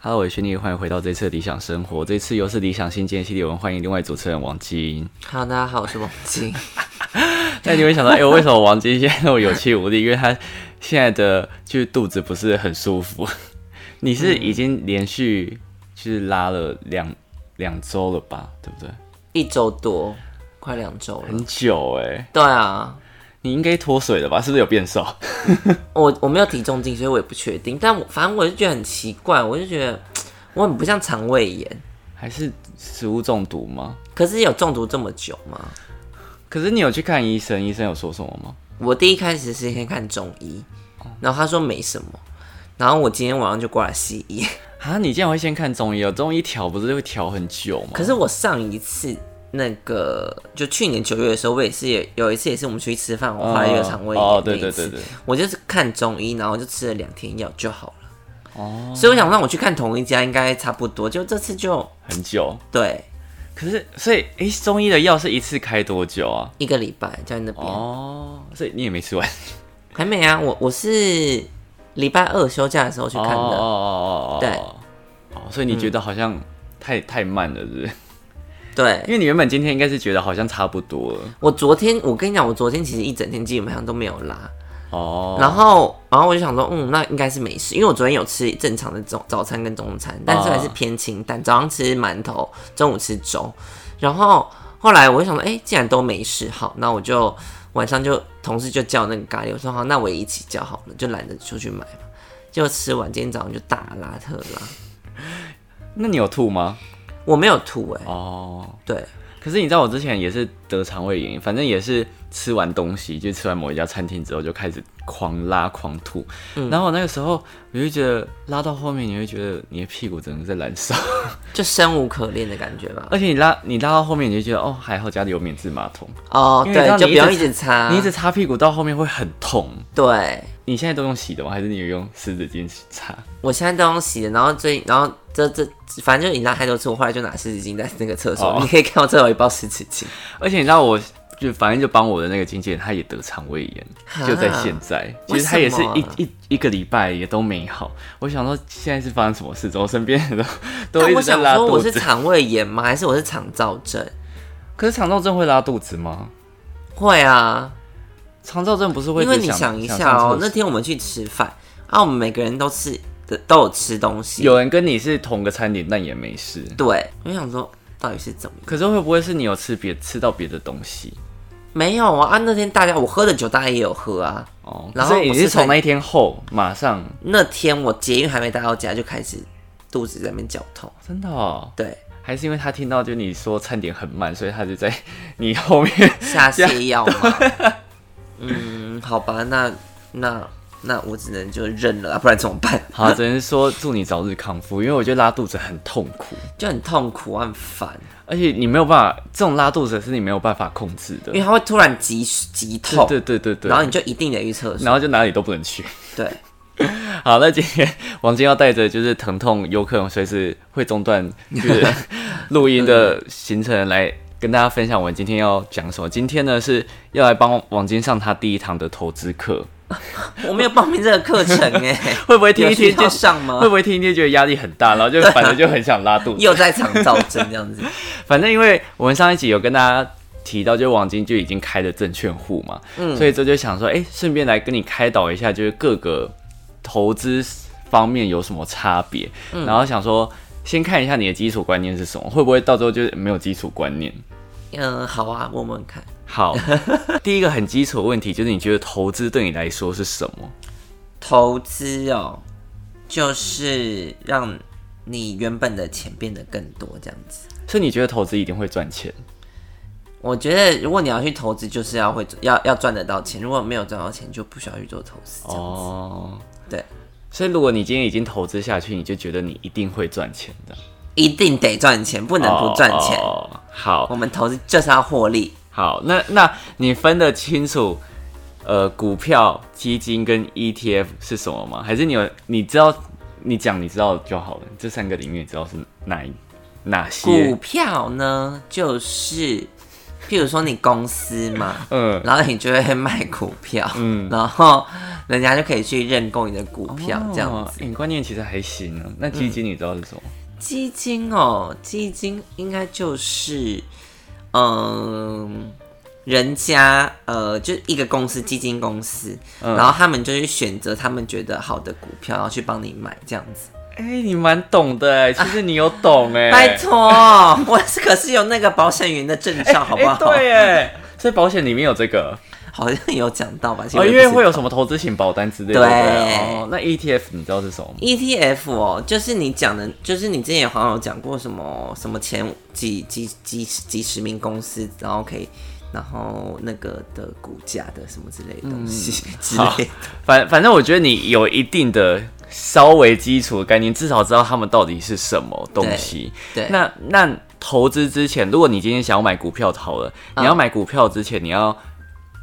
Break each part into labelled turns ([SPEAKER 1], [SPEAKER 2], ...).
[SPEAKER 1] 哈喽，我是轩弟，欢迎回到这次的理想生活。这次又是理想新建系列，我们欢迎另外主持人王 晶。
[SPEAKER 2] Hello，大家好，我是王晶。
[SPEAKER 1] 那你会想到，哎、我为什么王晶现在那么有气无力？因为他现在的就是肚子不是很舒服。你是已经连续就是拉了两两周了吧？对不对？
[SPEAKER 2] 一周多，快两周了。
[SPEAKER 1] 很久哎、
[SPEAKER 2] 对啊，
[SPEAKER 1] 你应该脱水了吧？是不是有变瘦？
[SPEAKER 2] 我我没有体重计，所以我也不确定。但我反正我就觉得很奇怪，我就觉得我很不像肠胃炎。
[SPEAKER 1] 还是食物中毒吗？
[SPEAKER 2] 可是有中毒这么久吗？
[SPEAKER 1] 可是你有去看医生，医生有说什么吗？
[SPEAKER 2] 我第一开始是先看中医，然后他说没什么，然后我今天晚上就挂了西医。
[SPEAKER 1] 啊，你竟然会先看中医哦？中医调不是会调很久吗？
[SPEAKER 2] 可是我上一次那个，就去年九月的时候，我也是有有一次也是我们出去吃饭，我怀疑有肠胃炎、
[SPEAKER 1] 哦，对
[SPEAKER 2] 那
[SPEAKER 1] 对
[SPEAKER 2] 一次
[SPEAKER 1] 对对，
[SPEAKER 2] 我就是看中医，然后就吃了两天药就好了。哦，所以我想让我去看同一家，应该差不多。就这次就
[SPEAKER 1] 很久。
[SPEAKER 2] 对
[SPEAKER 1] 可是，所以，诶，中医的药是一次开多久啊？
[SPEAKER 2] 一个礼拜在那边、
[SPEAKER 1] 哦，所以你也没吃完。
[SPEAKER 2] 还没啊，我我是礼拜二休假的时候去看的，
[SPEAKER 1] 哦哦哦哦哦，
[SPEAKER 2] 对
[SPEAKER 1] 哦，所以你觉得好像太、太慢了，是不是？因
[SPEAKER 2] 对。
[SPEAKER 1] 为你原本今天应该是觉得好像差不多了。
[SPEAKER 2] 我昨天，我跟你讲，我昨天其实一整天基本上都没有拉，
[SPEAKER 1] 哦，
[SPEAKER 2] 然后，然后我就想说，嗯，那应该是没事，因为我昨天有吃正常的早早餐跟中餐，但是还
[SPEAKER 1] 啊
[SPEAKER 2] 是偏清淡，早上吃馒头，中午吃粥，然后后来我就想说，哎、既然都没事，好，那我就晚上就同事就叫那个咖喱，我说好，那我也一起叫好了，就懒得出去买嘛，结果吃完今天早上就大拉特拉，
[SPEAKER 1] 那你有吐吗？
[SPEAKER 2] 我没有吐哎、
[SPEAKER 1] 哦，
[SPEAKER 2] 对，
[SPEAKER 1] 可是你知道我之前也是得肠胃炎，反正也是吃完东西，就吃完某一家餐厅之后就开始狂拉狂吐，然后我那个时候我就觉得拉到后面你会觉得你的屁股整个在燃烧，
[SPEAKER 2] 就生无可恋的感觉吧。
[SPEAKER 1] 而且你拉你拉到后面你就觉得哦还好家里有免治马桶，
[SPEAKER 2] 哦，
[SPEAKER 1] 因为你知道
[SPEAKER 2] 对，就
[SPEAKER 1] 你
[SPEAKER 2] 不
[SPEAKER 1] 一直
[SPEAKER 2] 要一直擦，
[SPEAKER 1] 你一直擦屁股到后面会很痛。
[SPEAKER 2] 对。
[SPEAKER 1] 你现在都用洗的吗？还是你有用湿纸巾擦？
[SPEAKER 2] 我现在都用洗的，然后最然后这这反正就你拉太多次，我后来就拿湿纸巾在那个厕所
[SPEAKER 1] 哦
[SPEAKER 2] 你可以看到这有一包湿纸 巾。
[SPEAKER 1] 而且你知道我。就反正就帮我的那个经纪人，他也得肠胃炎，
[SPEAKER 2] 哈
[SPEAKER 1] 就在现在。其
[SPEAKER 2] 为
[SPEAKER 1] 实他也
[SPEAKER 2] 什
[SPEAKER 1] 是
[SPEAKER 2] 么啊
[SPEAKER 1] 一一一个礼拜也都没好。我想说现在是发生什么事？怎么身边人都 都
[SPEAKER 2] 但
[SPEAKER 1] 一
[SPEAKER 2] 我
[SPEAKER 1] 直在
[SPEAKER 2] 想
[SPEAKER 1] 拉
[SPEAKER 2] 说，
[SPEAKER 1] 肚
[SPEAKER 2] 我是
[SPEAKER 1] 子？
[SPEAKER 2] 肠胃炎吗？还是我是肠燥症？
[SPEAKER 1] 可是肠燥症会拉肚子吗？
[SPEAKER 2] 会啊，
[SPEAKER 1] 肠燥症不是会
[SPEAKER 2] 因为
[SPEAKER 1] 只
[SPEAKER 2] 你
[SPEAKER 1] 想
[SPEAKER 2] 想一
[SPEAKER 1] 上
[SPEAKER 2] 下哦、
[SPEAKER 1] 厕所
[SPEAKER 2] 那天我们去吃饭啊，我们每个人都吃都有吃东西，
[SPEAKER 1] 有人跟你是同个餐点，但也没事。
[SPEAKER 2] 对，我想说到底是怎么样？
[SPEAKER 1] 可是会不会是你有吃别吃到别的东西？
[SPEAKER 2] 没有啊，啊那天大家我喝的酒，大家也有喝啊。
[SPEAKER 1] 哦，
[SPEAKER 2] 然后
[SPEAKER 1] 所以你
[SPEAKER 2] 我
[SPEAKER 1] 是
[SPEAKER 2] 是
[SPEAKER 1] 从
[SPEAKER 2] 才
[SPEAKER 1] 那一天后马上
[SPEAKER 2] 那天我捷运还没搭到家，就开始肚子在那边绞痛，
[SPEAKER 1] 真的、哦，
[SPEAKER 2] 对，
[SPEAKER 1] 还是因为他听到就你说餐点很慢，所以他就在 你后面
[SPEAKER 2] 下泻药吗？嗯，好吧，那那那我只能就认了啊，不然怎么办？
[SPEAKER 1] 好，只能说祝你早日康复，因为我觉得拉肚子很痛苦，
[SPEAKER 2] 就很痛苦，很烦，
[SPEAKER 1] 而且你没有办法，这种拉肚子是你没有办法控制的
[SPEAKER 2] 因。为它会突然急急痛，
[SPEAKER 1] 对对对对，
[SPEAKER 2] 然后你就一定得去厕所。
[SPEAKER 1] 然后就哪里都不能去。
[SPEAKER 2] 对，
[SPEAKER 1] 好，那今天王晶要带着就是疼痛有可能随时会中断就是 录音的行程来跟大家分享我们今天要讲什么。今天呢是要来帮王晶上他第一堂的投资课，
[SPEAKER 2] 我没有报名这个 课程哎、
[SPEAKER 1] 会不会听一
[SPEAKER 2] 有
[SPEAKER 1] 听
[SPEAKER 2] 需要
[SPEAKER 1] 就
[SPEAKER 2] 上吗
[SPEAKER 1] 会不会听一听就觉得压力很大，然后就反正就很想拉肚子？
[SPEAKER 2] 又在肠造症这样子。
[SPEAKER 1] 反正因为我们上一集有跟大家提到，就是王晶就已经开了证券户嘛，所以这就想说，哎、顺便来跟你开导一下，就是各个投资方面有什么差别，然后想说。先看一下你的基础观念是什么，会不会到时候就是没有基础观念？
[SPEAKER 2] 嗯，好啊，问问看。
[SPEAKER 1] 好， 第一个很基础的问题就是你觉得投资对你来说是什么？
[SPEAKER 2] 投资哦，就是让你原本的钱变得更多这样子。
[SPEAKER 1] 所以你觉得投资一定会赚钱？
[SPEAKER 2] 我觉得如果你要去投资，就是要会要要赚得到钱，如果没有赚到钱，就不需要去做投资这样子。
[SPEAKER 1] 哦，
[SPEAKER 2] 对，
[SPEAKER 1] 所以如果你今天已经投资下去，你就觉得你一定会赚钱的，
[SPEAKER 2] 一定得赚钱，不能不赚钱。
[SPEAKER 1] 哦好，
[SPEAKER 2] 我们投资就是要获利。
[SPEAKER 1] 好，那那你分得清楚，呃，股票、基金跟 ETF 是什么吗？还是你有你知道你讲你知道就好了？这三个里面你知道是哪一哪
[SPEAKER 2] 股
[SPEAKER 1] 些？
[SPEAKER 2] 票呢，就是譬如说你公司嘛，
[SPEAKER 1] 嗯，
[SPEAKER 2] 然后你就会卖股票，
[SPEAKER 1] 嗯
[SPEAKER 2] 然后人家就可以去认购你的股票这样
[SPEAKER 1] 哦
[SPEAKER 2] 子。嗯
[SPEAKER 1] 欸你观念其实还行啊。那基金你知道是什么？
[SPEAKER 2] 基金哦，基金应该就是，嗯，人家呃，就一个公司基金公司，
[SPEAKER 1] 嗯
[SPEAKER 2] 然后他们就去选择他们觉得好的股票，然后去帮你买这样子。
[SPEAKER 1] 哎、你蛮懂的哎，其实你有懂 哎、
[SPEAKER 2] 拜托，我是可是有那个保险员的证照，好不好？
[SPEAKER 1] 哎对哎，所以保险里面有这个
[SPEAKER 2] 好像有讲到吧？其实
[SPEAKER 1] 哦，
[SPEAKER 2] 我也
[SPEAKER 1] 因
[SPEAKER 2] 不知
[SPEAKER 1] 为会有什么投资型保单之类的。
[SPEAKER 2] 对
[SPEAKER 1] 对哦，那 ETF 你知道是什么吗？
[SPEAKER 2] ETF 哦，就是你讲的，就是你之前好像有讲过什么什么前几几几几十名公司，然后可以，然后那个的股价的什么之类的东西、
[SPEAKER 1] 嗯
[SPEAKER 2] 之类的。
[SPEAKER 1] 反反正我觉得你有一定的稍微基础的概念，至少知道他们到底是什么东西。
[SPEAKER 2] 对，
[SPEAKER 1] 那那投资之前，如果你今天想要买股票好了，
[SPEAKER 2] 嗯
[SPEAKER 1] 你要买股票之前，你要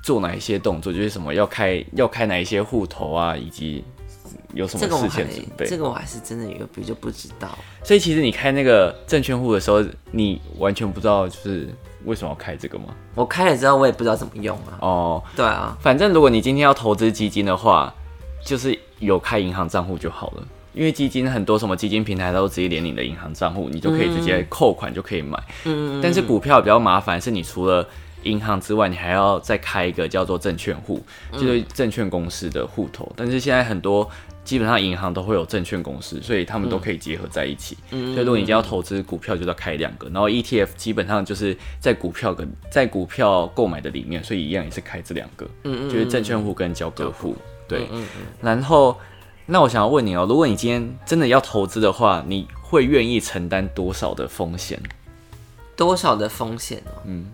[SPEAKER 1] 做哪一些动作？就是什么要开要开哪一些户头啊，以及有什么
[SPEAKER 2] 这个我
[SPEAKER 1] 事
[SPEAKER 2] 还
[SPEAKER 1] 前准备？
[SPEAKER 2] 这个我还是真的有比就不知道。
[SPEAKER 1] 所以其实你开那个证券户的时候，你完全不知道就是为什么要开这个吗？
[SPEAKER 2] 我开了之后我也不知道怎么用啊。
[SPEAKER 1] 哦，
[SPEAKER 2] 对啊，
[SPEAKER 1] 反正如果你今天要投资基金的话，就是有开银行账户就好了。因为基金很多什么基金平台它都直接连你的银行账户，你就可以直接扣款就可以买。嗯，但是股票比较麻烦，是你除了银行之外，你还要再开一个叫做证券户，就是证券公司的户头。但是现在很多基本上银行都会有证券公司，所以他们都可以结合在一起。
[SPEAKER 2] 嗯
[SPEAKER 1] 所以如果你今天要投资股票，就要开两个，然后 ETF 基本上就是在股票跟在股票购买的里面，所以一样也是开这两个，
[SPEAKER 2] 嗯
[SPEAKER 1] 就是证券户跟交割户。对，然后那我想要问你哦，如果你今天真的要投资的话，你会愿意承担多少的风险？
[SPEAKER 2] 多少的风险哦、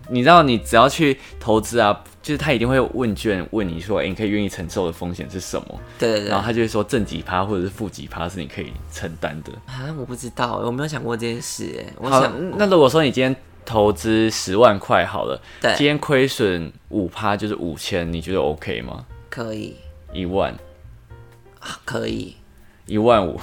[SPEAKER 1] 你知道，你只要去投资啊，就是他一定会问卷问你说，哎、你可以愿意承受的风险是什么？
[SPEAKER 2] 对对对
[SPEAKER 1] 然后
[SPEAKER 2] 啊，
[SPEAKER 1] 他就会说正几趴或者是负几趴是你可以承担的。
[SPEAKER 2] 啊我不知道，我没有想过这件事、哎，我
[SPEAKER 1] 好嗯
[SPEAKER 2] 想，
[SPEAKER 1] 那如果说你今天投资十万块好了，
[SPEAKER 2] 对
[SPEAKER 1] 今天亏损五趴就是五千，你觉得 OK 吗？
[SPEAKER 2] 可以
[SPEAKER 1] 一万，
[SPEAKER 2] 啊，可以。
[SPEAKER 1] 一万五，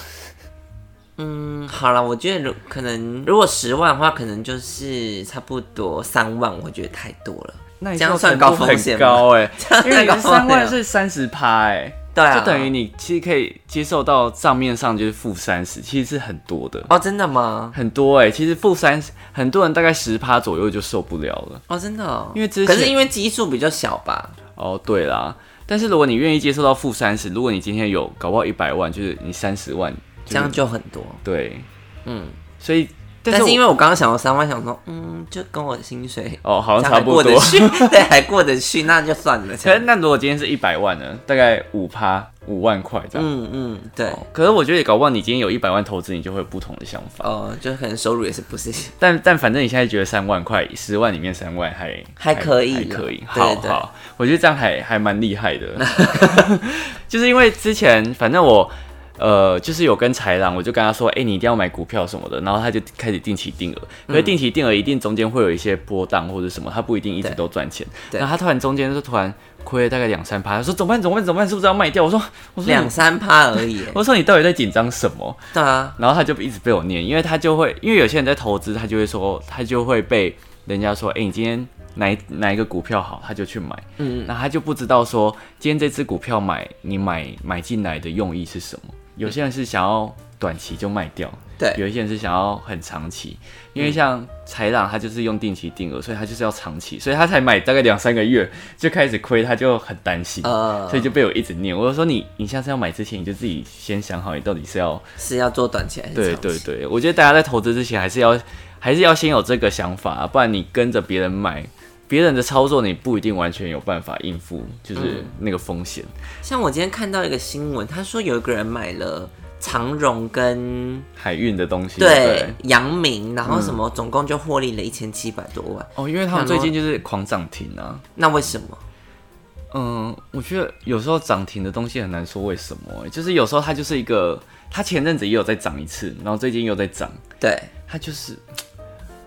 [SPEAKER 2] 嗯，好了，我觉得如可能如果十万的话，可能就是差不多三万，我觉得太多了。
[SPEAKER 1] 那
[SPEAKER 2] 这样算高风险吗
[SPEAKER 1] 高哎、
[SPEAKER 2] 样
[SPEAKER 1] 因为你是
[SPEAKER 2] 算高风险
[SPEAKER 1] 三
[SPEAKER 2] 吗
[SPEAKER 1] 万是三十趴哎，
[SPEAKER 2] 对啊，
[SPEAKER 1] 就等于你其实可以接受到账面上就是负三十，其实是很多的。
[SPEAKER 2] 哦，真的吗？
[SPEAKER 1] 很多哎、其实负三十，很多人大概十趴左右就受不了了。
[SPEAKER 2] 哦，真的、哦，
[SPEAKER 1] 因为之前
[SPEAKER 2] 可是因为基数比较小吧，
[SPEAKER 1] 哦，对啦，但是如果你愿意接受到负三十，如果你今天有搞不好一百万，就是你三十万，
[SPEAKER 2] 这样就很多。
[SPEAKER 1] 对，
[SPEAKER 2] 嗯，
[SPEAKER 1] 所以但
[SPEAKER 2] 但
[SPEAKER 1] 是
[SPEAKER 2] 是
[SPEAKER 1] 我
[SPEAKER 2] 因为我刚刚想到三万，想说，嗯，就跟我的薪水
[SPEAKER 1] 哦，好
[SPEAKER 2] 这
[SPEAKER 1] 像
[SPEAKER 2] 样
[SPEAKER 1] 差
[SPEAKER 2] 还
[SPEAKER 1] 不
[SPEAKER 2] 过
[SPEAKER 1] 多
[SPEAKER 2] 得。去， 对，还过得去，那就算了。这
[SPEAKER 1] 可是
[SPEAKER 2] 样
[SPEAKER 1] 那如果今天是一百万呢？大概五趴五万块这样。
[SPEAKER 2] 嗯嗯，对，
[SPEAKER 1] 哦可是我觉得搞不好你今天有一百万投资，你就会有不同的想法。
[SPEAKER 2] 哦，就可能收入也是不是
[SPEAKER 1] 但但反正你现在觉得三万块，十万里面三万还
[SPEAKER 2] 还可以
[SPEAKER 1] 还
[SPEAKER 2] 啦
[SPEAKER 1] 可以，
[SPEAKER 2] 对
[SPEAKER 1] 好
[SPEAKER 2] 对
[SPEAKER 1] 好，我觉得这样还还蛮厉 害的， 就是因为之前反正我。呃，就是有跟豺狼，我就跟他说，哎、你一定要买股票什么的，然后他就开始定期定额。可
[SPEAKER 2] 嗯
[SPEAKER 1] 是定期定额一定中间会有一些波荡或者什么，他不一定一直
[SPEAKER 2] 对
[SPEAKER 1] 都赚钱。
[SPEAKER 2] 对
[SPEAKER 1] 然后他突然中间就突然亏了大概两三趴，他说怎么办？怎么办？怎么办？是不是要卖掉？我说我说
[SPEAKER 2] 两
[SPEAKER 1] 你
[SPEAKER 2] 三趴而已。
[SPEAKER 1] 我说你到底在紧张什么？
[SPEAKER 2] 对啊，
[SPEAKER 1] 然后他就一直被我念，因为他就会，因为有些人在投资，他就会说，他就会被人家说，哎、你今天哪一哪一个股票好，他就去买，嗯，然后他就不知道说，今天这只股票买，你买买进来的用意是什么？有些人是想要短期就卖掉，
[SPEAKER 2] 对，
[SPEAKER 1] 有一些人是想要很长期，因为像豺狼，他就是用定期定额，所以他就是要长期，所以他才买大概两三个月就开始亏，他就很担心，
[SPEAKER 2] 呃
[SPEAKER 1] 所，以就被我一直念。我就说你，你下次要买之前，你就自己先想好，你到底是要
[SPEAKER 2] 是要做短期还是
[SPEAKER 1] 对
[SPEAKER 2] 长期
[SPEAKER 1] 对对，我觉得大家在投资之前还是要还是要先有这个想法、啊不然你跟着别人买，别人的操作你不一定完全有办法应付，就是那个风险。
[SPEAKER 2] 像我今天看到一个新闻，他说有一个人买了长荣跟
[SPEAKER 1] 海运的东西，
[SPEAKER 2] 对阳明，然
[SPEAKER 1] 嗯
[SPEAKER 2] 后什么总共就获利了一千七百多万。
[SPEAKER 1] 不哦，因为他们最近就是狂涨停啊。
[SPEAKER 2] 那为什么？
[SPEAKER 1] 嗯，我觉得有时候涨停的东西很难说为什么、欸就是有时候它就是一个，它前阵子也有在涨一次，然后最近又在涨，
[SPEAKER 2] 对
[SPEAKER 1] 它就是。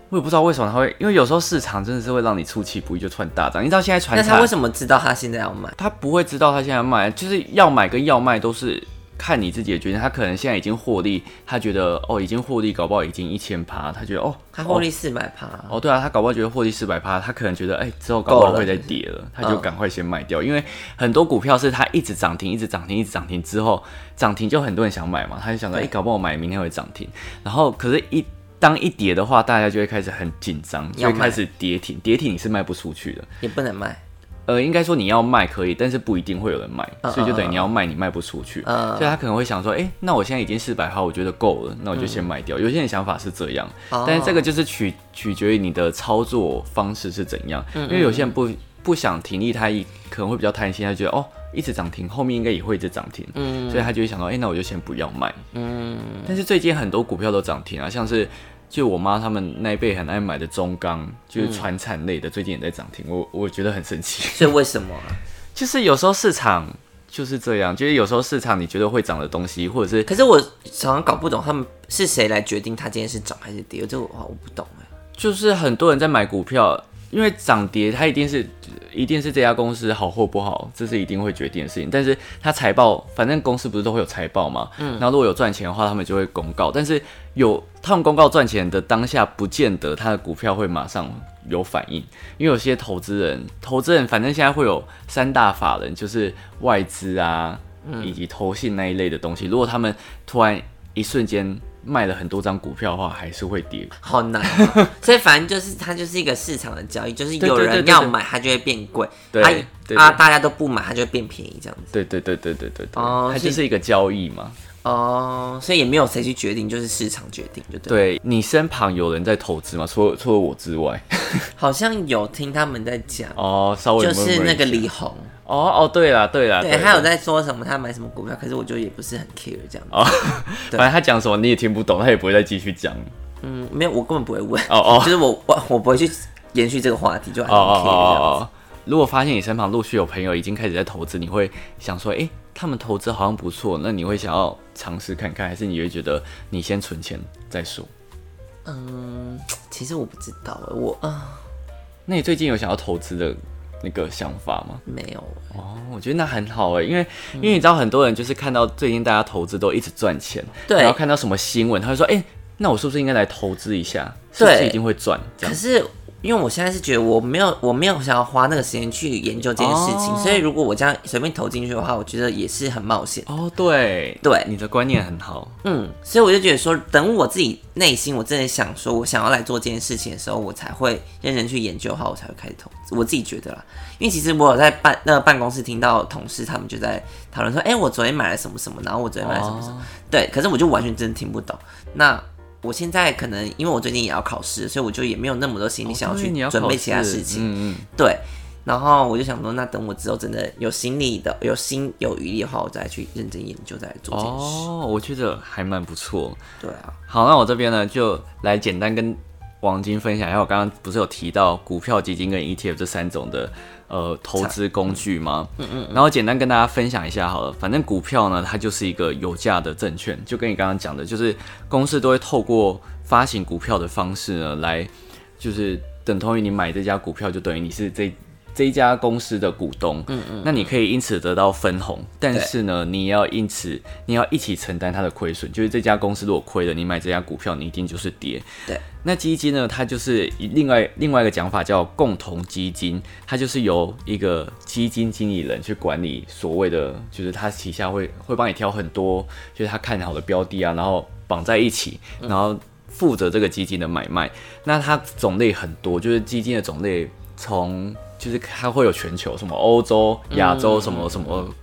[SPEAKER 1] 我也不知道为什么它会，因为有时候市场真的是会让你出其不意就突然大涨。你知道现在船
[SPEAKER 2] 那
[SPEAKER 1] 产
[SPEAKER 2] 他为什么知道他现在要买？
[SPEAKER 1] 他不会知道他现在卖，就是要买跟要卖都是看你自己的决定。他可能现在已经获利，他觉得哦已经获利，搞不好已经一千趴，他觉得哦
[SPEAKER 2] 它获利四百趴，
[SPEAKER 1] 哦，对啊，他搞不好觉得获利四百趴，他可能觉得哎、之后搞不好
[SPEAKER 2] 够了嗯
[SPEAKER 1] 会再跌了，他就赶快先卖掉，因为很多股票是它一直涨停，一直涨停，一直涨停之后涨停就很多人想买嘛，他就想说哎、
[SPEAKER 2] 对
[SPEAKER 1] 搞不好我买明天会涨停，然后可是一。当一跌的话，大家就会开始很紧张，就
[SPEAKER 2] 要
[SPEAKER 1] 会
[SPEAKER 2] 卖
[SPEAKER 1] 开始跌停。跌停你是卖不出去的，
[SPEAKER 2] 也不能卖。
[SPEAKER 1] 呃，应该说你要卖可以，但是不一定会有人买，
[SPEAKER 2] 嗯
[SPEAKER 1] 所以就等于
[SPEAKER 2] 嗯
[SPEAKER 1] 你要卖，你卖不出去，
[SPEAKER 2] 嗯
[SPEAKER 1] 所以他可能会想说，哎、那我现在已经四百号，我觉得够了，那我就先卖掉。有些人想法是这样，
[SPEAKER 2] 嗯哦
[SPEAKER 1] 但是这个就是取取决于你的操作方式是怎样，
[SPEAKER 2] 嗯
[SPEAKER 1] 因为有些人不不想停利，他一可能会比较贪心，他觉得哦。一直涨停，后面应该也会一直涨停，嗯，所以他就会想到，哎、那我就先不要卖，嗯。但是最近很多股票都涨停啊，像是就我妈他们那一辈很爱买的中钢，
[SPEAKER 2] 嗯
[SPEAKER 1] 就是传产类的，最近也在涨停，我我觉得很神奇。
[SPEAKER 2] 所以为什么啊？
[SPEAKER 1] 就是有时候市场就是这样，就是有时候市场你觉得会涨的东西，或者是
[SPEAKER 2] 可是我常常搞不懂他们是谁来决定它今天是涨还是跌，这个我我不懂哎。
[SPEAKER 1] 就是很多人在买股票，因为涨跌它一定是一定是这家公司好或不好，这是一定会决定的事情。但是它财报，反正公司不是都会有财报嘛，嗯，然后如果有赚钱的话，他们就会公告。但是有他们公告赚钱的当下，不见得他的股票会马上有反应，因为有些投资人，投资人反正现在会有三大法人，就是外资啊，
[SPEAKER 2] 嗯
[SPEAKER 1] 以及投信那一类的东西。如果他们突然一瞬间卖了很多张股票的话，还是会跌。
[SPEAKER 2] 好难哦、 所以反正就是它就是一个市场的交易，就是
[SPEAKER 1] 对
[SPEAKER 2] 有
[SPEAKER 1] 对对
[SPEAKER 2] 人
[SPEAKER 1] 对
[SPEAKER 2] 要
[SPEAKER 1] 对
[SPEAKER 2] 买它就会变贵，
[SPEAKER 1] 对
[SPEAKER 2] 啊
[SPEAKER 1] 对对
[SPEAKER 2] 啊大家都不买它就会变便宜这样子。
[SPEAKER 1] 对对对对对对对，
[SPEAKER 2] 哦
[SPEAKER 1] 它
[SPEAKER 2] 所
[SPEAKER 1] 就
[SPEAKER 2] 以
[SPEAKER 1] 是一个交易嘛。
[SPEAKER 2] 哦，所以也没有谁去决定，就是市场决定，就对了。
[SPEAKER 1] 对你身旁有人在投资吗？除了除了我之外，
[SPEAKER 2] 好像有听他们在讲，
[SPEAKER 1] 哦，稍微
[SPEAKER 2] 就是那个
[SPEAKER 1] 理
[SPEAKER 2] 李红，
[SPEAKER 1] 哦哦，对啦啊对哦啦，
[SPEAKER 2] 对，他有，在说什么他买什么股票，可是我就也不是很 care 这样子。
[SPEAKER 1] 反正他讲什么你也听不懂，他也不会再继续讲。
[SPEAKER 2] 嗯，没有，我根本不会问，
[SPEAKER 1] 哦哦
[SPEAKER 2] 就是我我我不会去延续这个话题，就很
[SPEAKER 1] 哦哦
[SPEAKER 2] care
[SPEAKER 1] 哦
[SPEAKER 2] 这
[SPEAKER 1] 哦
[SPEAKER 2] 样子。
[SPEAKER 1] 哦，如果发现你身旁陆续有朋友已经开始在投资，你会想说，诶，他们投资好像不错，那你会想要尝试看看，还是你会觉得你先存钱再说？
[SPEAKER 2] 嗯，其实我不知道，我啊、
[SPEAKER 1] 那你最近有想要投资的那个想法吗？
[SPEAKER 2] 没有，欸
[SPEAKER 1] 哦，我觉得那很好哎，因为
[SPEAKER 2] 嗯
[SPEAKER 1] 因为你知道很多人就是看到最近大家投资都一直赚钱，
[SPEAKER 2] 对
[SPEAKER 1] 然后看到什么新闻，他就说，哎、那我是不是应该来投资一下？是不是
[SPEAKER 2] 对
[SPEAKER 1] 一定会赚？这
[SPEAKER 2] 可
[SPEAKER 1] 样
[SPEAKER 2] 是。因为我现在是觉得我没有我没有想要花那个时间去研究这件事情，
[SPEAKER 1] 哦
[SPEAKER 2] 所以如果我这样随便投进去的话，我觉得也是很冒险。
[SPEAKER 1] 哦，对
[SPEAKER 2] 对
[SPEAKER 1] 你的观念很好，
[SPEAKER 2] 嗯，所以我就觉得说，等我自己内心我真的想说，我想要来做这件事情的时候，我才会认真去研究好，我才会开始投资。我自己觉得啦，因为其实我有在办那个办公室听到同事他们就在讨论说，哎、我昨天买了什么什么，然后我昨天买了什么什么，
[SPEAKER 1] 哦
[SPEAKER 2] 对，可是我就完全真的听不懂。那我现在可能因为我最近也要考试，所以我就也没有那么多心力想
[SPEAKER 1] 哦对你
[SPEAKER 2] 去
[SPEAKER 1] 要
[SPEAKER 2] 准备
[SPEAKER 1] 考
[SPEAKER 2] 其他
[SPEAKER 1] 试
[SPEAKER 2] 事
[SPEAKER 1] 嗯
[SPEAKER 2] 情。
[SPEAKER 1] 嗯，
[SPEAKER 2] 对，然后我就想说，那等我之后真的有心力的、有心有余力的话，我再去认真研究，再来做这件事。
[SPEAKER 1] 哦，我觉得还蛮不错。
[SPEAKER 2] 对啊，
[SPEAKER 1] 好，那我这边呢就来简单跟王金分享一下，我刚刚不是有提到股票、基金跟 ETF 这三种的呃投资工具吗？嗯嗯。然后简单跟大家分享一下好了，反正股票呢它就是一个有价的证券，就跟你刚刚讲的，就是公司都会透过发行股票的方式呢来，就是等同于你买这家股票，就等于你是这。这一家公司的股东，嗯嗯，那你可以因此得到分红，但是呢，你也要因此你要一起承担它的亏损，就是这家公司如果亏了，你买这家股票，你一定就是跌。
[SPEAKER 2] 对，
[SPEAKER 1] 那基金呢，它就是以另外另外一个讲法叫共同基金，它就是由一个基金经理人去管理所谓的，就是他旗下会会帮你挑很多，就是他看好的标的啊，然后绑在一起，然后负责这个基金的买卖。那它种类很多，就是基金的种类从就是它会有全球什么欧洲、亚洲什么什么。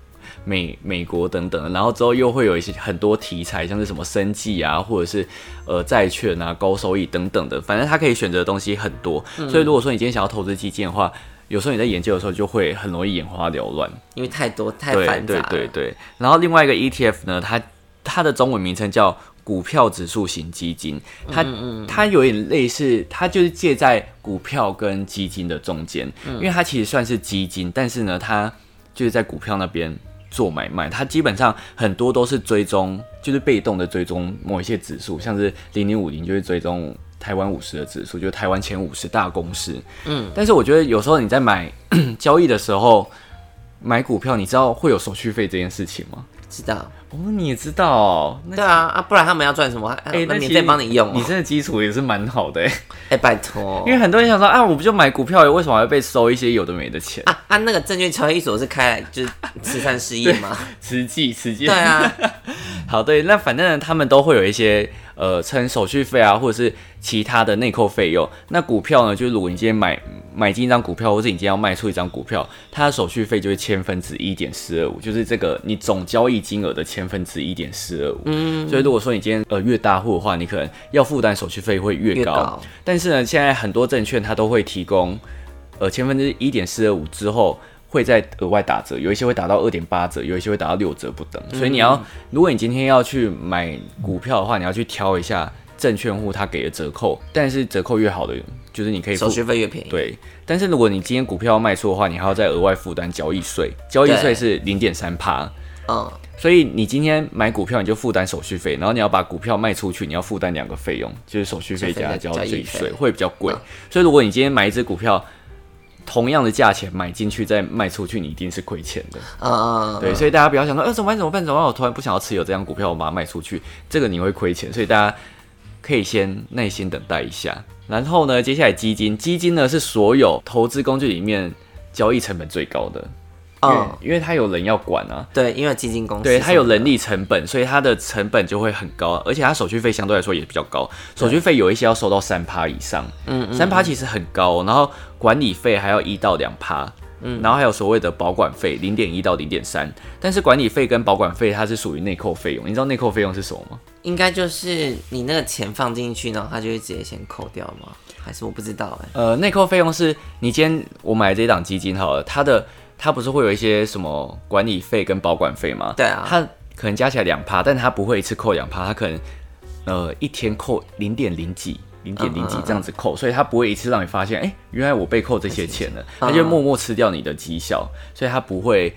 [SPEAKER 1] 美美国等等的，然后之后又会有一些很多题材，像是什么生计啊，或者是呃债券啊、高收益等等的，反正它可以选择的东西很多。所以如果说你今天想要投资基金的话，有时候你在研究的时候就会很容易眼花缭乱。
[SPEAKER 2] 因为太多太
[SPEAKER 1] 对
[SPEAKER 2] 繁杂
[SPEAKER 1] 对
[SPEAKER 2] 了。
[SPEAKER 1] 对对。然后另外一个 ETF 呢，它它的中文名称叫股票指数型基金，
[SPEAKER 2] 嗯
[SPEAKER 1] 它它有点类似，它就是介在股票跟基金的中间，
[SPEAKER 2] 嗯
[SPEAKER 1] 因为它其实算是基金，但是呢，它就是在股票那边。做买卖，它基本上很多都是追踪，就是被动的追踪某一些指数，像是零零五零就是追踪台湾五十的指数，就是台湾前五十大公司。嗯，但是我觉得有时候你 在买交易的时候，买股票，你知道会有手续费这件事情吗？
[SPEAKER 2] 知道，
[SPEAKER 1] 哦，你也知道、哦，那
[SPEAKER 2] 对啊啊，不然他们要赚什么？哎、那
[SPEAKER 1] 那
[SPEAKER 2] 免
[SPEAKER 1] 其
[SPEAKER 2] 费
[SPEAKER 1] 实
[SPEAKER 2] 帮你用、哦
[SPEAKER 1] 你真的基础也是蛮好的欸，
[SPEAKER 2] 哎、拜托
[SPEAKER 1] 因为很多人想说啊，我不就买股票，为什么还被收一些有的没的钱？
[SPEAKER 2] 啊啊，那个证券交易所是开来就是慈善事业 嘛？
[SPEAKER 1] 实际实际
[SPEAKER 2] 对 啊，
[SPEAKER 1] 好，对，那反正他们都会有一些呃，称手续费啊，或者是其他的内扣费用。那股票呢，就是如果你今天买买进一张股票，或者你今天要卖出一张股票，它的手续费就是千分之一点四二五，就是这个你总交易金额的千分之一点四二五。嗯，所以如果说你今天呃越大户的话，你可能要负担手续费会越高。
[SPEAKER 2] 越高
[SPEAKER 1] 但是呢，现在很多证券它都会提供呃千分之一点四二五之后。会再额外打折，有一些会打到二点八折，有一些会打到六折不等。所以你要，如果你今天要去买股票的话，你要去挑一下证券户他给的折扣，但是折扣越好的，就是你可以付
[SPEAKER 2] 手续费越便宜。
[SPEAKER 1] 对。但是如果你今天股票要卖出的话，你还要再额外负担交易税，交易税
[SPEAKER 2] 对
[SPEAKER 1] 是零点三趴。
[SPEAKER 2] 嗯，
[SPEAKER 1] 所以你今天买股票，你就负担手续费，然后你要把股票卖出去，你要负担两个费用，就是手续费加交
[SPEAKER 2] 交易
[SPEAKER 1] 易
[SPEAKER 2] 费
[SPEAKER 1] 税，会比较贵
[SPEAKER 2] 嗯。
[SPEAKER 1] 所以如果你今天买一只股票，同样的价钱买进去再卖出去，你一定是亏钱的。
[SPEAKER 2] 嗯嗯，嗯
[SPEAKER 1] 对，所以大家不要想说，呃，怎么办？怎么办？怎么办？我突然不想要持有这张股票，我把它卖出去，这个你会亏钱。所以大家可以先耐心等待一下。然后呢，接下来基金，基金呢是所有投资工具里面交易成本最高的，因为、
[SPEAKER 2] 嗯，
[SPEAKER 1] 因为它有人要管啊。
[SPEAKER 2] 对，因为基金公司
[SPEAKER 1] 对，它有
[SPEAKER 2] 什么的
[SPEAKER 1] 人力成本，所以它的成本就会很高，而且它手续费相对来说也比较高，手续费有一些要收到三趴以上，嗯，三趴其实很高哦、然后管理费还要一到两趴，嗯，然后还有所谓的保管费零点一到零点三，但是管理费跟保管费它是属于内扣费用，你知道内扣费用是什么吗？
[SPEAKER 2] 应该就是你那个钱放进去，然后他就会直接先扣掉吗？还是我不知道哎、
[SPEAKER 1] 呃，内扣费用是你今天我买这一档基金好了，它的它不是会有一些什么管理费跟保管费吗？
[SPEAKER 2] 对啊
[SPEAKER 1] 它可能加起来两趴，但它不会一次扣两趴，它可能呃一天扣零点零几。零点
[SPEAKER 2] 嗯
[SPEAKER 1] 零几这样子扣，所以它不会一次让你发现，哎、原来我被扣这些钱了，它
[SPEAKER 2] 嗯
[SPEAKER 1] 就默默吃掉你的绩效，所以它不会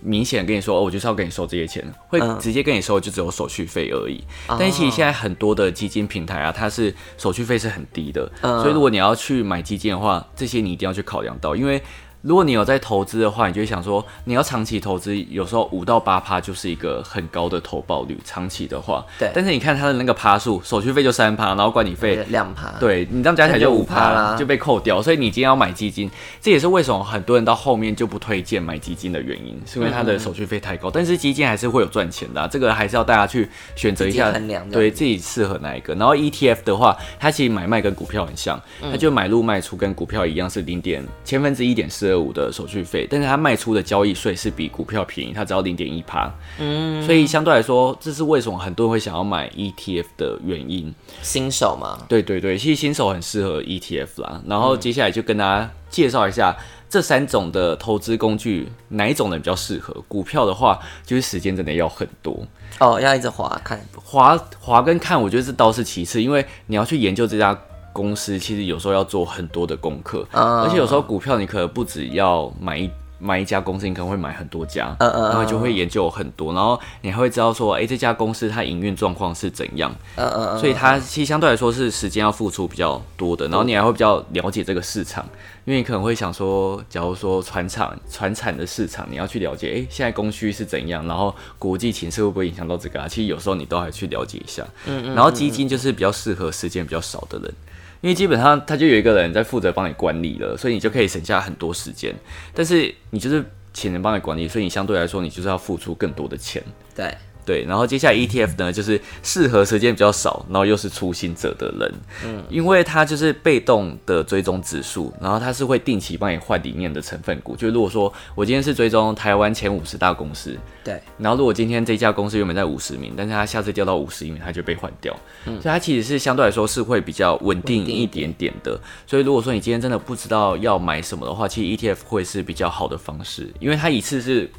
[SPEAKER 1] 明显跟你说，哦，我就是要跟你收这些钱，会
[SPEAKER 2] 嗯
[SPEAKER 1] 直接跟你收，就只有手续费而已。但其实现在很多的基金平台啊，它是手续费是很低的，
[SPEAKER 2] 嗯
[SPEAKER 1] 所以如果你要去买基金的话，这些你一定要去考量到，因为如果你有在投资的话，你就会想说，你要长期投资，有时候五到八趴就是一个很高的投报率，长期的话，
[SPEAKER 2] 对
[SPEAKER 1] 但是你看它的那个趴数，手续费就三趴，然后管理费
[SPEAKER 2] 欸，两趴，，
[SPEAKER 1] 对你这样加起来就
[SPEAKER 2] 那就
[SPEAKER 1] 五趴
[SPEAKER 2] 5%啦
[SPEAKER 1] 就被扣掉。所以你今天要买基金，这也是为什么很多人到后面就不推荐买基金的原因，是因为它的手续费太
[SPEAKER 2] 嗯
[SPEAKER 1] 高。但是基金还是会有赚钱的啊、这个还是要大家去选择一
[SPEAKER 2] 自
[SPEAKER 1] 下
[SPEAKER 2] 己衡量，的
[SPEAKER 1] 对自己适合哪一个。然后 ETF 的话，它其实买卖跟股票很像，
[SPEAKER 2] 嗯
[SPEAKER 1] 它就买入卖出跟股票一样是零点千分之一点四二五的手续费，但是它卖出的交易税是比股票便宜，它只要零点一趴。嗯，所以相对来说，这是为什么很多人会想要买 ETF 的原因。
[SPEAKER 2] 新手嘛，
[SPEAKER 1] 对对对，其实新手很适合 ETF 啦。然后接下来就跟大家介绍一下这三种的投资工具，哪一种人比较适合？股票的话，就是时间真的要很多，
[SPEAKER 2] 哦，要一直划看，
[SPEAKER 1] 划划跟看，我觉得这倒是其次，因为你要去研究这家公司，其实有时候要做很多的功课，
[SPEAKER 2] 嗯
[SPEAKER 1] 而且有时候股票你可能不只要买一。买一家公司，你可能会买很多家，
[SPEAKER 2] 嗯嗯
[SPEAKER 1] 然后你就会研究很多，然后你还会知道说，哎、这家公司它营运状况是怎样，
[SPEAKER 2] 嗯嗯
[SPEAKER 1] 所以它其实相对来说是时间要付出比较多的，然后你还会比较了解这个市场，因为你可能会想说，假如说船厂、船产的市场，你要去了解，诶、现在供需是怎样，然后国际情势会不会影响到这个啊？其实有时候你都还去了解一下。嗯然后基金就是比较适合时间比较少的人，因为基本上他就有一个人在负责帮你管理了，所以你就可以省下很多时间，但是你就是请人帮你管理，所以你相对来说你就是要付出更多的钱。
[SPEAKER 2] 嗯，对，
[SPEAKER 1] 对，然后接下来 ETF 呢，就是适合时间比较少，然后又是初心者的人，嗯，因为它就是被动的追踪指数，然后它是会定期帮你换里面的成分股。就如果说我今天是追踪台湾前五十大公司，
[SPEAKER 2] 对，
[SPEAKER 1] 然后如果今天这家公司原本在五十名，但是它下次掉到五十名，它就被换掉，
[SPEAKER 2] 嗯
[SPEAKER 1] 所以它其实是相对来说是会比较稳定一点点的。所以如果说你今天真的不知道要买什么的话，其实 ETF 会是比较好的方式，因为它一次是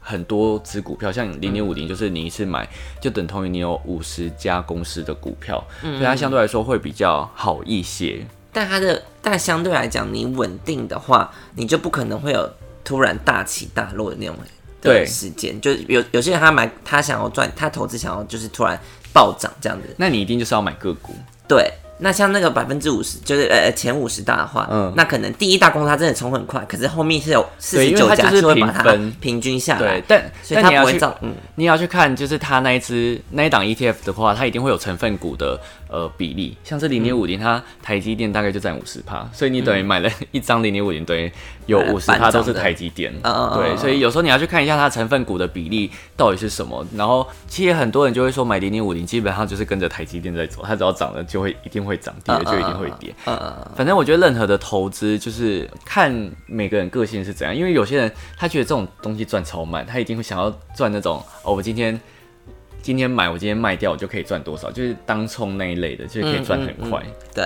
[SPEAKER 1] 很多只股票，像零零五
[SPEAKER 2] 嗯
[SPEAKER 1] 零，就是你一次买就等同于你有五十家公司的股票，
[SPEAKER 2] 嗯
[SPEAKER 1] 所以它相对来说会比较好一些。
[SPEAKER 2] 但它的但相对来讲，你稳定的话，你就不可能会有突然大起大落的那种
[SPEAKER 1] 对
[SPEAKER 2] 的时间。就是有有些人他买，他想要赚，他投资想要就是突然暴涨这样子。
[SPEAKER 1] 那你一定就是要买个股，
[SPEAKER 2] 对，那像那个百分之五十，就是呃前五十大的话，
[SPEAKER 1] 嗯
[SPEAKER 2] 那可能第一大公司它真的冲很快，可是后面是有四
[SPEAKER 1] 对
[SPEAKER 2] 十
[SPEAKER 1] 因为
[SPEAKER 2] 九
[SPEAKER 1] 它就
[SPEAKER 2] 家
[SPEAKER 1] 是
[SPEAKER 2] 会把
[SPEAKER 1] 平
[SPEAKER 2] 它
[SPEAKER 1] 分
[SPEAKER 2] 平均下来
[SPEAKER 1] 对，，但
[SPEAKER 2] 所以
[SPEAKER 1] 但
[SPEAKER 2] 它
[SPEAKER 1] 你要
[SPEAKER 2] 不会
[SPEAKER 1] 去
[SPEAKER 2] 造嗯
[SPEAKER 1] 你也要去看，就是它那一只那一档 ETF 的话，它一定会有成分股的呃比例，像是零点五零，它台积电大概就占五十趴，所以你等于买了 一张零点五零，等于有
[SPEAKER 2] 嗯买了
[SPEAKER 1] 五十趴
[SPEAKER 2] 半张
[SPEAKER 1] 都是
[SPEAKER 2] 的
[SPEAKER 1] 台积电。
[SPEAKER 2] 哦
[SPEAKER 1] 对，所以有时候你要去看一下它成分股的比例到底是什么。然后其实很多人就会说买零点五零，基本上就是跟着台积电在走，它只要涨了就会一定会涨，
[SPEAKER 2] 嗯
[SPEAKER 1] 跌了就一定会跌。
[SPEAKER 2] 呃
[SPEAKER 1] 反正我觉得任何的投资就是看每个人个性是怎样，因为有些人他觉得这种东西赚超慢，他一定会想要赚那种哦，我今天今天买，我今天卖掉，我就可以赚多少，就是当冲那一类的，就是可以赚很快。
[SPEAKER 2] 对，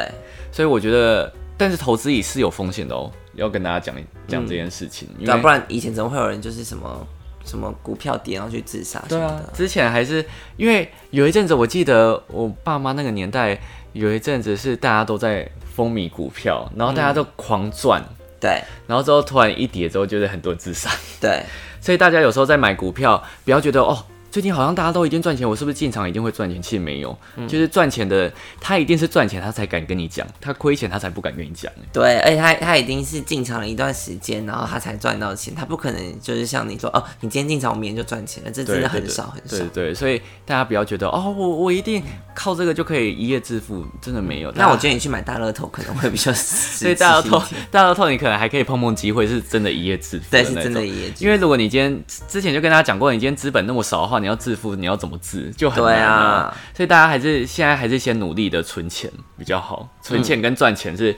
[SPEAKER 1] 所以我觉得，但是投资也是有风险的哦，要跟大家讲讲这件事情，因
[SPEAKER 2] 对啊，
[SPEAKER 1] 为
[SPEAKER 2] 不然以前怎么会有人就是什么什么股票跌然后去自杀什
[SPEAKER 1] 对
[SPEAKER 2] 么
[SPEAKER 1] 啊
[SPEAKER 2] 的？，
[SPEAKER 1] 之前还是因为有一阵子，我记得我爸妈那个年代有一阵子是大家都在风靡股票，然后大家都狂赚。
[SPEAKER 2] 对
[SPEAKER 1] 然后之后突然一跌之后，就是很多自杀。
[SPEAKER 2] 对
[SPEAKER 1] 所以大家有时候在买股票，不要觉得哦，最近好像大家都已经赚钱，我是不是进场一定会赚钱？其实没有，就是赚钱的他一定是赚钱，他才敢跟你讲；他亏钱，他才不敢跟你讲。
[SPEAKER 2] 对，而且他他一定是进场了一段时间，然后他才赚到钱，他不可能就是像你说哦，你今天进场，我明天就赚钱了，这真
[SPEAKER 1] 对，对
[SPEAKER 2] 的很
[SPEAKER 1] 对
[SPEAKER 2] 少很
[SPEAKER 1] 对
[SPEAKER 2] 少
[SPEAKER 1] 对。对，所以大家不要觉得哦，我我一定靠这个就可以一夜致富，真的没有。
[SPEAKER 2] 那我觉
[SPEAKER 1] 得。
[SPEAKER 2] 得你去买大乐透可能会比较 实
[SPEAKER 1] 所以
[SPEAKER 2] 际
[SPEAKER 1] 大乐透
[SPEAKER 2] 一点，
[SPEAKER 1] 大乐透你可能还可以碰碰机会，是真的一夜致富的
[SPEAKER 2] 对
[SPEAKER 1] 那
[SPEAKER 2] 是
[SPEAKER 1] 种。
[SPEAKER 2] 真的也
[SPEAKER 1] 因为如果你今天之前就跟大家讲过，你今天资本那么少的话，你要致富，你要怎么致就很难、
[SPEAKER 2] 对啊
[SPEAKER 1] 所以大家还是现在还是先努力的存钱比较好，存钱跟赚钱是。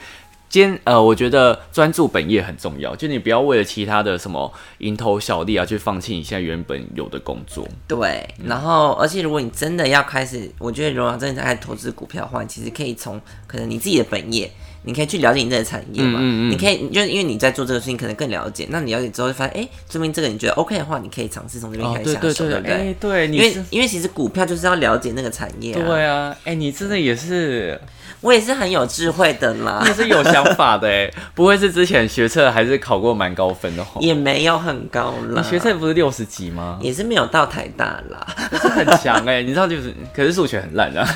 [SPEAKER 1] 兼呃，我觉得专注本业很重要，就你不要为了其他的什么蝇头小利啊，去放弃你现在原本有的工作。
[SPEAKER 2] 对，
[SPEAKER 1] 嗯
[SPEAKER 2] 然后而且如果你真的要开始，我觉得如果真的开始投资股票的话，你其实可以从可能你自己的本业，你可以去了解你这个产业嘛。
[SPEAKER 1] 嗯嗯嗯
[SPEAKER 2] 你可以就是因为你在做这个事情，可能更了解。那你了解之后，就发现哎，这边这个你觉得 OK 的话，你可以尝试从这边开始
[SPEAKER 1] 对
[SPEAKER 2] 下手，
[SPEAKER 1] 对对，
[SPEAKER 2] 不
[SPEAKER 1] 哎、
[SPEAKER 2] 对？
[SPEAKER 1] 对，你
[SPEAKER 2] 因为
[SPEAKER 1] 是
[SPEAKER 2] 因为其实股票就是要了解那个产业、啊，
[SPEAKER 1] 对啊，哎、你真的也是
[SPEAKER 2] 我也是很有智慧的啦
[SPEAKER 1] 也，是有想法的哎，不会是之前学测还是考过蛮高分的哦？
[SPEAKER 2] 也没有很高啦，
[SPEAKER 1] 你学测不是六十几吗？
[SPEAKER 2] 也是没有到台大啦，
[SPEAKER 1] 很强哎、你知道就是，可是数学很烂啊。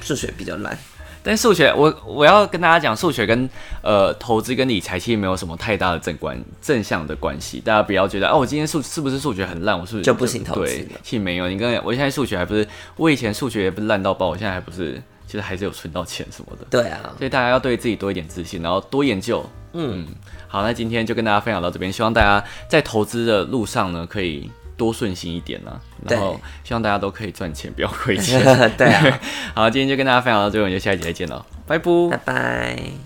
[SPEAKER 2] 数学比较烂。
[SPEAKER 1] 但数学，我我要跟大家讲，数学跟呃投资跟理财其实没有什么太大的正关正向的关系。大家不要觉得哦，我今天数是不是数学很烂，我是不是
[SPEAKER 2] 就不行投资
[SPEAKER 1] 对
[SPEAKER 2] 了，
[SPEAKER 1] 其实没有。你跟我现在数学还不是，我以前数学也不是烂到爆，我现在还不是，就是还是有存到钱什么的。
[SPEAKER 2] 对啊，
[SPEAKER 1] 所以大家要对自己多一点自信，然后多研究。嗯，好，那今天就跟大家分享到这边，希望大家在投资的路上呢，可以多顺心一点呢、
[SPEAKER 2] 对
[SPEAKER 1] 然后希望大家都可以赚钱，不要 亏钱。
[SPEAKER 2] 对啊，
[SPEAKER 1] 好，今天就跟大家分享到这边，我们就下一集再见了，拜拜。
[SPEAKER 2] 拜拜。